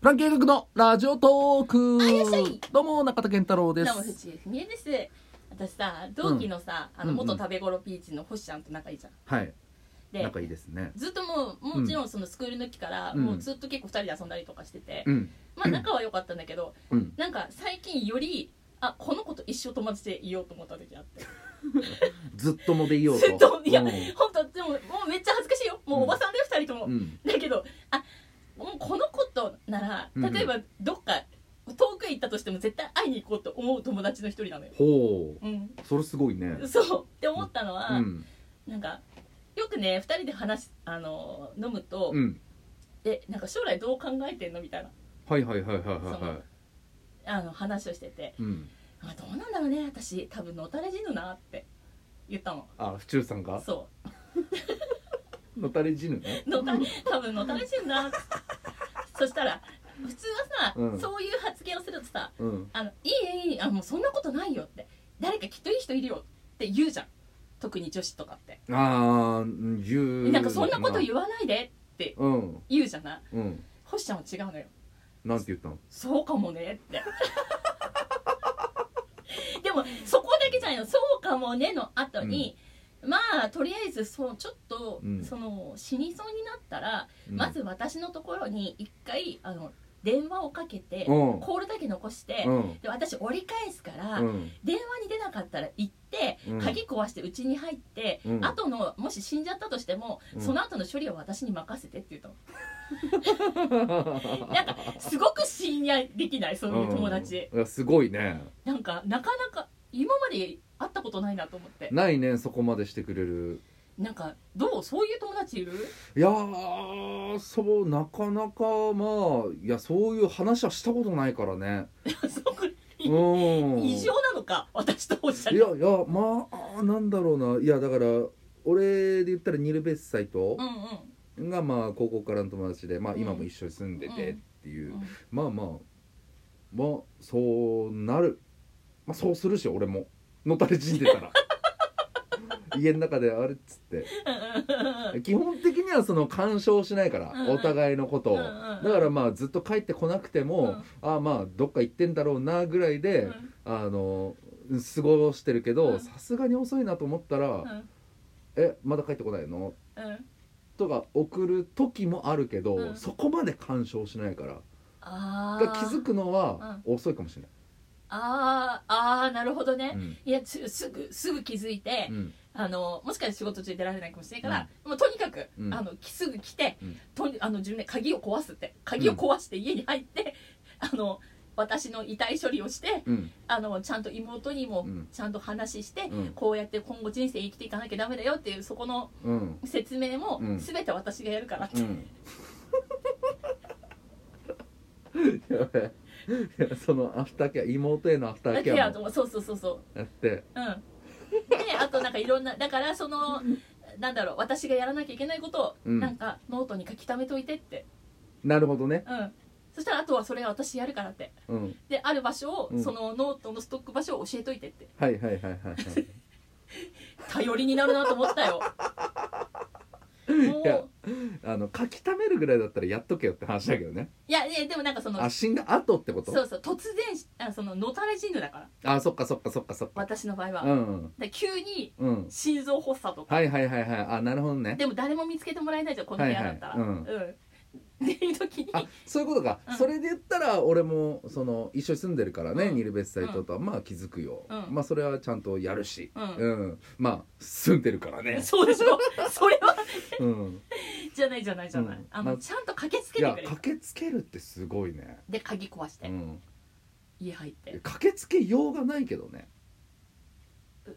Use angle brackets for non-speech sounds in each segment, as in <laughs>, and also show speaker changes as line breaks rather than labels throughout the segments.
プラン計画のラジオトー
あよっしゃい
クどうも中田健太郎で
どうも
す
藤井文江です私さ同期のさ、あの
うんうん
元食べ頃ピーチの星ちゃんと仲いいじゃん
はい
で
仲いいですね
ずっともうもちろんそのスクールの時から、
うん
もうずっと結構2人で遊んだりとかしてて、
うん
まあ仲は良かったんだけど
うん
なんか最近よりあこの子と一生友達でいようと思った時あって
ずっともでいようと
<laughs> ずっといや
うん
本当でももうめっちゃ恥ずかしいよもうおばさんだよ2人とも、
うん
だけどあもうこの子とな
う
ら
ん
例えばどっか遠くへ行ったとしても絶対会いに行こうと思う友達の一人なのよ、
ほ
うん、
うそれすごいね
そうって思ったのは、
うん
なんかよくね2人で話すあの飲むと、
うん
えなんか将来どう考えてんのみたいな
はいはいはいはいはい
そ
は
のあの話をしてて
いうん
あどうなんだろうね私多分のたれ死ぬなって言ったの
あ府中さんが
そ
のたれ死ぬね
うのた多分のたれ死ぬ
<laughs>
なってそしたら普通はさ、
うん
そういう発言をするとさ
うん
あのいいいいいいあもうそんなことないよって誰かきっといい人いるよって言うじゃん特に女子とかって
ああ言う
なんかそんなこと
う
言わないでって
うん
言うじゃない
うん
星ちゃんは違うのよ
なんて言ったの
そうかもねって <laughs> でもそこだけじゃないのそうかもねの後に、まあとりあえずそうちょっと、
うん
その死にそうになったら、
うん
まず私のところに一回あの電話をかけて、
うん
コールだけ残して、
うん
で私折り返すから、
うん
電話に出なかったら行って、
うん
鍵壊して家に入って、
うん
後のもし死んじゃったとしても、
うん
その後の処理は私に任せてって言う
<laughs>
となんかすごく信頼できない <laughs> そういう友達、
うんいやすごいね
なんかなかなか今まで会ったことないなと思って
ないねそこまでしてくれる
なんかどうそういう友達いる
いやーそうなかなかまあいやそういう話はしたことないから
<laughs>
ね
すごく
うん
異常なのか私とおっしゃ
い
る
やいやまあなんだろうないやだから俺で言ったらニルベッサイト
うんうん
がまあ高校からの友達で、まあ、
うん
今も一緒に住んでてっていう、
うん
まあまあまあそうなる、まあ、そうするし俺ものたれ死んでた
<laughs>
ら家の中であれっつって <laughs> 基本的にはその干渉しないから、
うんうん
お互いのことを、
うんうんうん
だからまあずっと帰ってこなくても、ああまあどっか行ってんだろうなぐらいで、
うん
あの過ごしてるけ
う
ど
ん
さすがに遅いなと思ったら「
うん
えまだ帰ってこないの?
うん」
とか送る時もあるけど、
うん
そこまで干渉しないから
あ
だから気づ
く
くのは遅いかもしれ
あーあーなるほどね、
ない。うん
いやすすぐすぐ気づいて、
うん
あのもしかして仕事中に出られないかもしれないから、もうとにかく、
うん
あのきすぐ来て、
うん
とにあの自分で鍵を壊すって鍵を壊して家に入って、あの私の遺体処理をして
うん
あのちゃんと妹にも
うん
ちゃんと話して、
うん
こうやって今後人生生きていかなきゃダメだよっていうそこの
うん
説明も
うん
全て私がやるからって、
うんやべえいやそのアフターケア妹へのアフター
だ
ケ
け
ア
や
も
とそうそうそうそう
やって
うんであとなんかいろんなだからそのなんだろう私がやらなきゃいけないことを、
うん
なんかノートに書き溜めといてって
なるほどね
うんそしたらあとはそれは私やるからって
うん
である場所を、
うん
そのノートのストック場所を教えといてって
はいはいはいはいはい
頼りになるなと思ったよも
<laughs> いや
う
あの書き溜めるぐらいだったらやっとけよって話だけどね
いやいやでもなんかその
あ死んだ後ってこと
そうそう突然あそののたれ死ぬだから
あそっかそっかそっかそっか
私の場合は、
うん
で急に
うんうん
心臓発作とか
はいはいはいはいあなるほどね
でも誰も見つけてもらえないじゃんこの部屋だったら、
はいはいうん
うんっていう時に
あそういうことか、
うん
それで言ったら俺もその一緒に住んでるからね、
うん
ニルベッサイトとはまあ気づくよ、
うん
まあそれはちゃんとやるし、
うん
まあ住んでるからね、
そうでしょそれは
うん、
じゃないじゃないじゃない、
うん
あの
ま
ちゃんと駆けつけ
い
て
や
くれる
駆けつけるってすごいね、
で鍵壊して、
うん、
家入って
駆けつけようがないけどね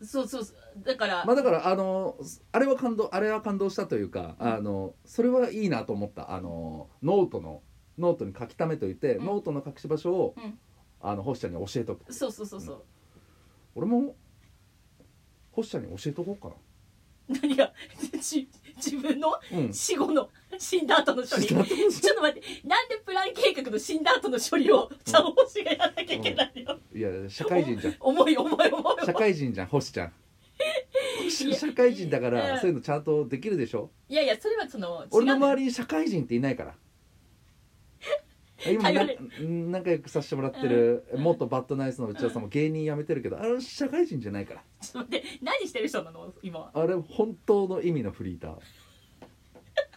そうそうそうだから、
まあだからあのあれは感動あれは感動したというかあのそれはいいなと思ったあのノートのノートに書き溜めといて、
うん
ノートの隠し場所を、
うん
あの星ちゃんに教えとく
そうそうそうそう、
俺も星ちゃんに教えとこうか
何がじ自分の
なうん
死後の死んだ後の処理
死んだ後の処理
ちょっと待ってなんでプラン計画の死んだ後の処理をちゃん星がやらなきゃいけないの、
<laughs> いや社会人じゃ
<laughs>
ん
重い重い重い
社会人じゃん星ちゃん
いや
社会人だか
う
ら
ん
そういうのちゃんとできるでしょ
いやいやそれはその違う
俺の
のよ
周りに社会人っていないから今な
頼れ
ん仲良くさせてもらってる元バッドナイスの内田さんも芸人辞めてるけどあれ社会人じゃないから
ちょっと待って何してる人なの今は
あれ本当の意味のフリーター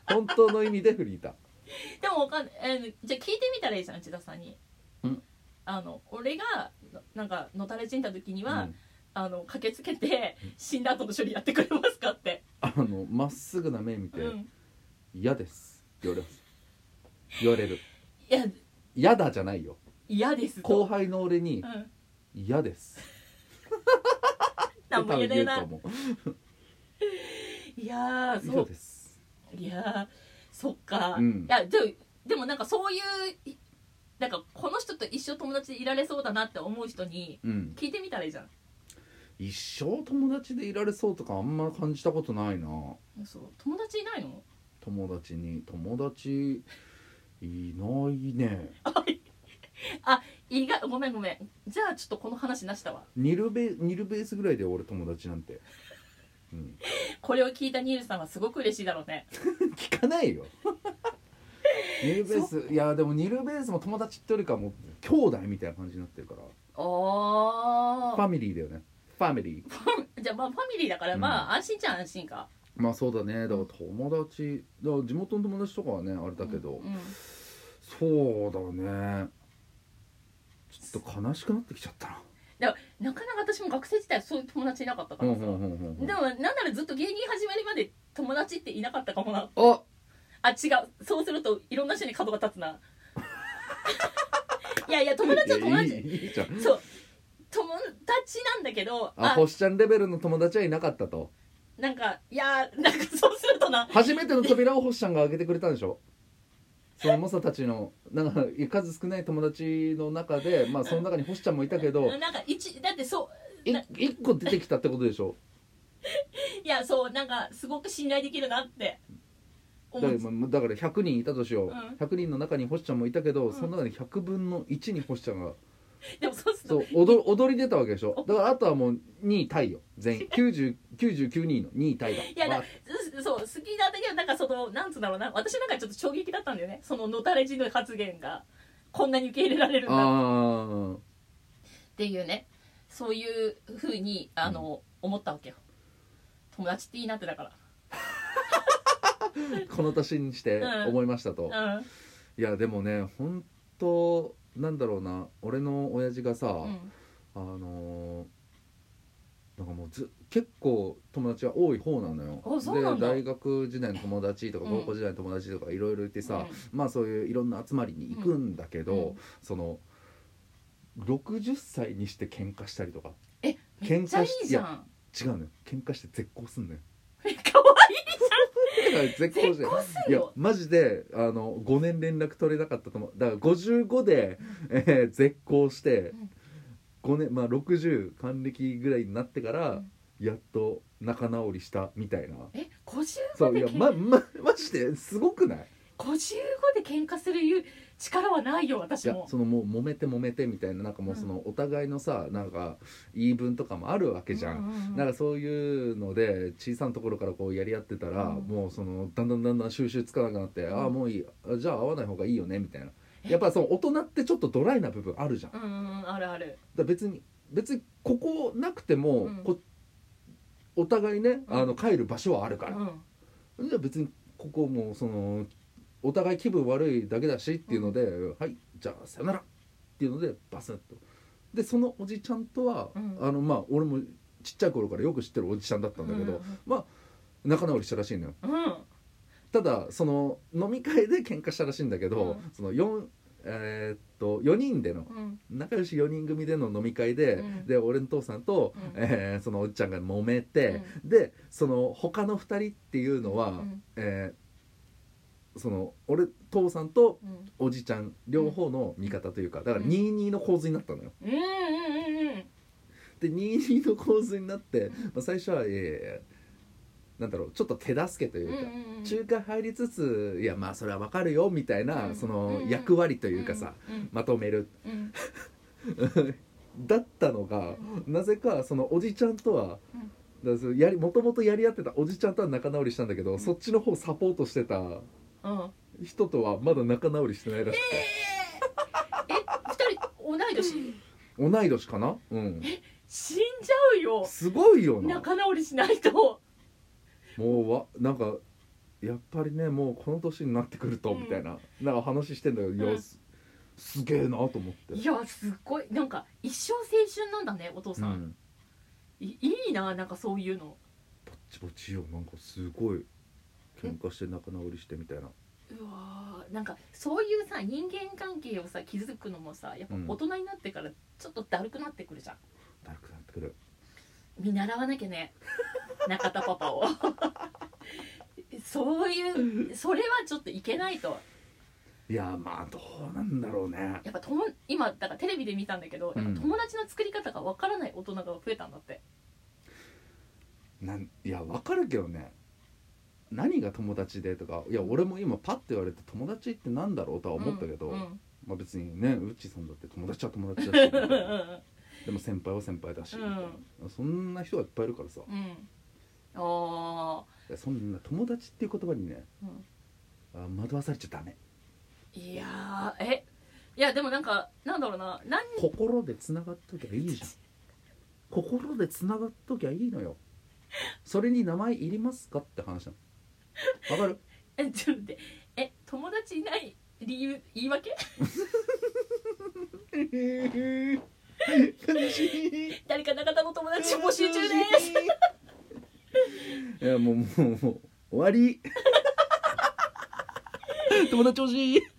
本当の意味でフリーター
でもわかんない、えーじゃあ聞いてみたらいいじゃん内田さんに
うん
あの俺がななんかのたれ死んだ時には、
うん
あの駆けつけて死んだ後の処理やってくれますかって、
あのまっすぐな目見て
うん、
「嫌です」って言われます言われる
いや
「嫌だ」じゃないよ
嫌です
後
と、
輩の俺に
うん、
「嫌です」って多
何も言
分
えねえ
言う
な
と思う
いや
「
ーそ
嫌
う
です
いやーそっか、
うん
いやでもでもなんかそういういなんかこの人と一生友達でいられそうだなって思う人に」
うん
聞いてみたらいいじゃん
一生友達でいられそうとかあんま感じたことないな
そう友達いないの
友達に友達いないね
意外ごめんごめんじゃあちょっとこの話なしたわ
ニルベニルベースぐらいで俺友達なんて、うん、
これを聞いたニールさんはすごく嬉しいだろうね
聞か
<laughs>
ないよニルベースいやでもニルベースも友達ってよりかはもう兄弟みたいな感じになってるから
お
ファミリーだよねファミリー
じゃあまあファミリーだから
うん
まあ安心じゃ安心か
まあそうだねだから友達だから地元の友達とかはねあれだけど、
うんうん
そうだねちょっと悲しくなってきちゃったな
なかなか私も学生時代そういう友達いなかったか
うん
ら
う
さ、
んうんうんうん
でもなんならずっと芸人始まりまで友達っていなかったかもな
あ
あ違うそうするといろんな人に角が立
<laughs>
つないやいや友達は友
いやい
達
いいいじゃん
そう友達なんだけど
あ
あ
星ちゃんレベルの友達はいなかったと
なんかいやなんかそうするとな
初めての扉を星ちゃんが開けてくれたんでしょその猛者たちのなんか数少ない友達の中でまあその中に星ちゃんもいたけど
なんか一だってそう
い一個出てきたってことでしょ
いやそうなんかすごく信頼できるなって
だ
思
から
う
まあだから100人いたとしよう、
うん
100人の中に星ちゃんもいたけど、
うん
その中に100分の1に星ちゃんが
でもそうする
そ
と
う踊踊り出たわけでしょだからあとはもう2位タイよ全員90
<laughs>
99人の2位タイだ
いやだ
わ
うそう好きだったけどなんかそのなんつうんだろうな私なんかちょっと衝撃だったんだよねそののたれ死ぬ発言がこんなに受け入れられるんだっ
ああ
ていうねそういうふうにあの、思ったわけよ友達っていいなってだか
この年にして思いましたと、
ら
いやでもね本当なんだろうな俺の親父がさ、
うん、うん、
あのーなんかもうず結構友達は多い方なの
あそう
よ
なん
で
だ
大学時代の友達とか
うん
高校時代の友達とかいろいろいてさ、まあそういういろんな集まりに行くんだけど、
うん
その60歳にして喧嘩したりとか
うん、めっちゃいいじゃ
喧
ん
違うのよ喧嘩して絶交すんのよ
えかわいい
だから絶交して
絶交すんの
いやマジであの5年連絡取れなかったと思うだから55で、えー絶交して
うん
5年まあ60還暦ぐらいになってから、
うん
やっと仲直りしたみたいな
え55
そうい
で
や
けん
ままマジですごくない
55で喧嘩するいう力はないよ
い
私
や
も
そのもう揉めて揉めてみたいななんかもうそのお互いのさなんか言い分とかもあるわけじゃん
ううう
だからそういうので小さなところからこうやり合ってたら、
うん
もうそのだんだんだんだん収集つかなくなって、
ん
ああもういいあじゃあ会わない方がいいよねみたいな
え
やっぱその大人ってちょっとドライな部分あるじゃんだか
うんうんうんあるある
ら別に別にここなくても、
うん
こお互いねあの帰る場所はあるから
う、ん
じゃあ別にここもうそのお互い気分悪いだけだしっていうので、はいじゃあさよならっていうのでバスッとでそのおじちゃんとは、
うん
あのまあ俺もちっちゃい頃からよく知ってるおじちゃんだったんだけど、仲直りしたらしいのよ
うんうん
ただその飲み会で喧嘩したらしいんだけど、
うん
その4えーっと4人での
うん
仲良し4人組での飲み会で、
うん
で俺の父さんと、
うん
えーそのおじちゃんが揉めて、でその他の2人っていうのは、
うん
えーその俺父さんと
うん
おじちゃん両方の味方というかだから22の構図になったのよ。
うんうんうんうん
で22の構図になって、まあ、最初は、えーなんだろうちょっと手助けというか、
うん
中華入りつついやまあそれはわかるよみたいな、
うん
その
うん
役割というかさ、
うん
まとめる
うん
だったのが、なぜかそのおじちゃんとは
うん。
だからそのやりもともとやり合ってたおじちゃんとは仲直りしたんだけど、そっちの方サポートしてた
うんうん
人とはまだ仲直りしてないらしくて、
同い年
同い年かなうん
死んじゃうよ
すごいよな
仲直りしないと
もうわなんかやっぱりねもうこの年になってくると、
うん
みたいななんか話してんだけど、いや
うん
すすげえなと思って
いやすっごいなんか一生青春なんだねお父
う
さん、
ん
いいいななんかそういうの
ぼっちぼちよなんかすごい喧嘩して仲直りしてみたいな
うわーなんかそういうさ人間関係をさ気づくのもさやっぱ
うん
大人になってからちょっとだるくなってくるじゃん
だるくなってくる
見習わなき
<laughs>
ゃね中田パパを <laughs> そういうそれはちょっといけないと
いやまあどうなんだろうね
やっぱとも今だからテレビで見たんだけど、やっ
うん
ぱ友達の作り方がわからない大人が増えたんだって
なんいやわかるけどね何が友達でとかいや俺も今パッて言われて友達ってなんだろうとは思ったけど、
うんうん
まあ別にねうっちーさんだって友達は友達だ
<laughs>
しでも先輩は先輩だし、
うん
みたいなそんな人がいっぱいいるからさ、
うんあ
いやそんな友達っていう言葉にね
ーうん
あ惑わされちゃダメ
いやーえいやでもなんかなんだろうな何
心でつながっときゃいいじゃん心でつながっときゃいいのよそれに名前いりますかって話なのわかる
えちょっと待ってえ友達いない理由言い訳 <laughs>
悲しい
誰か中田の友達募集中です
いやもうもうもう終わり友達欲しい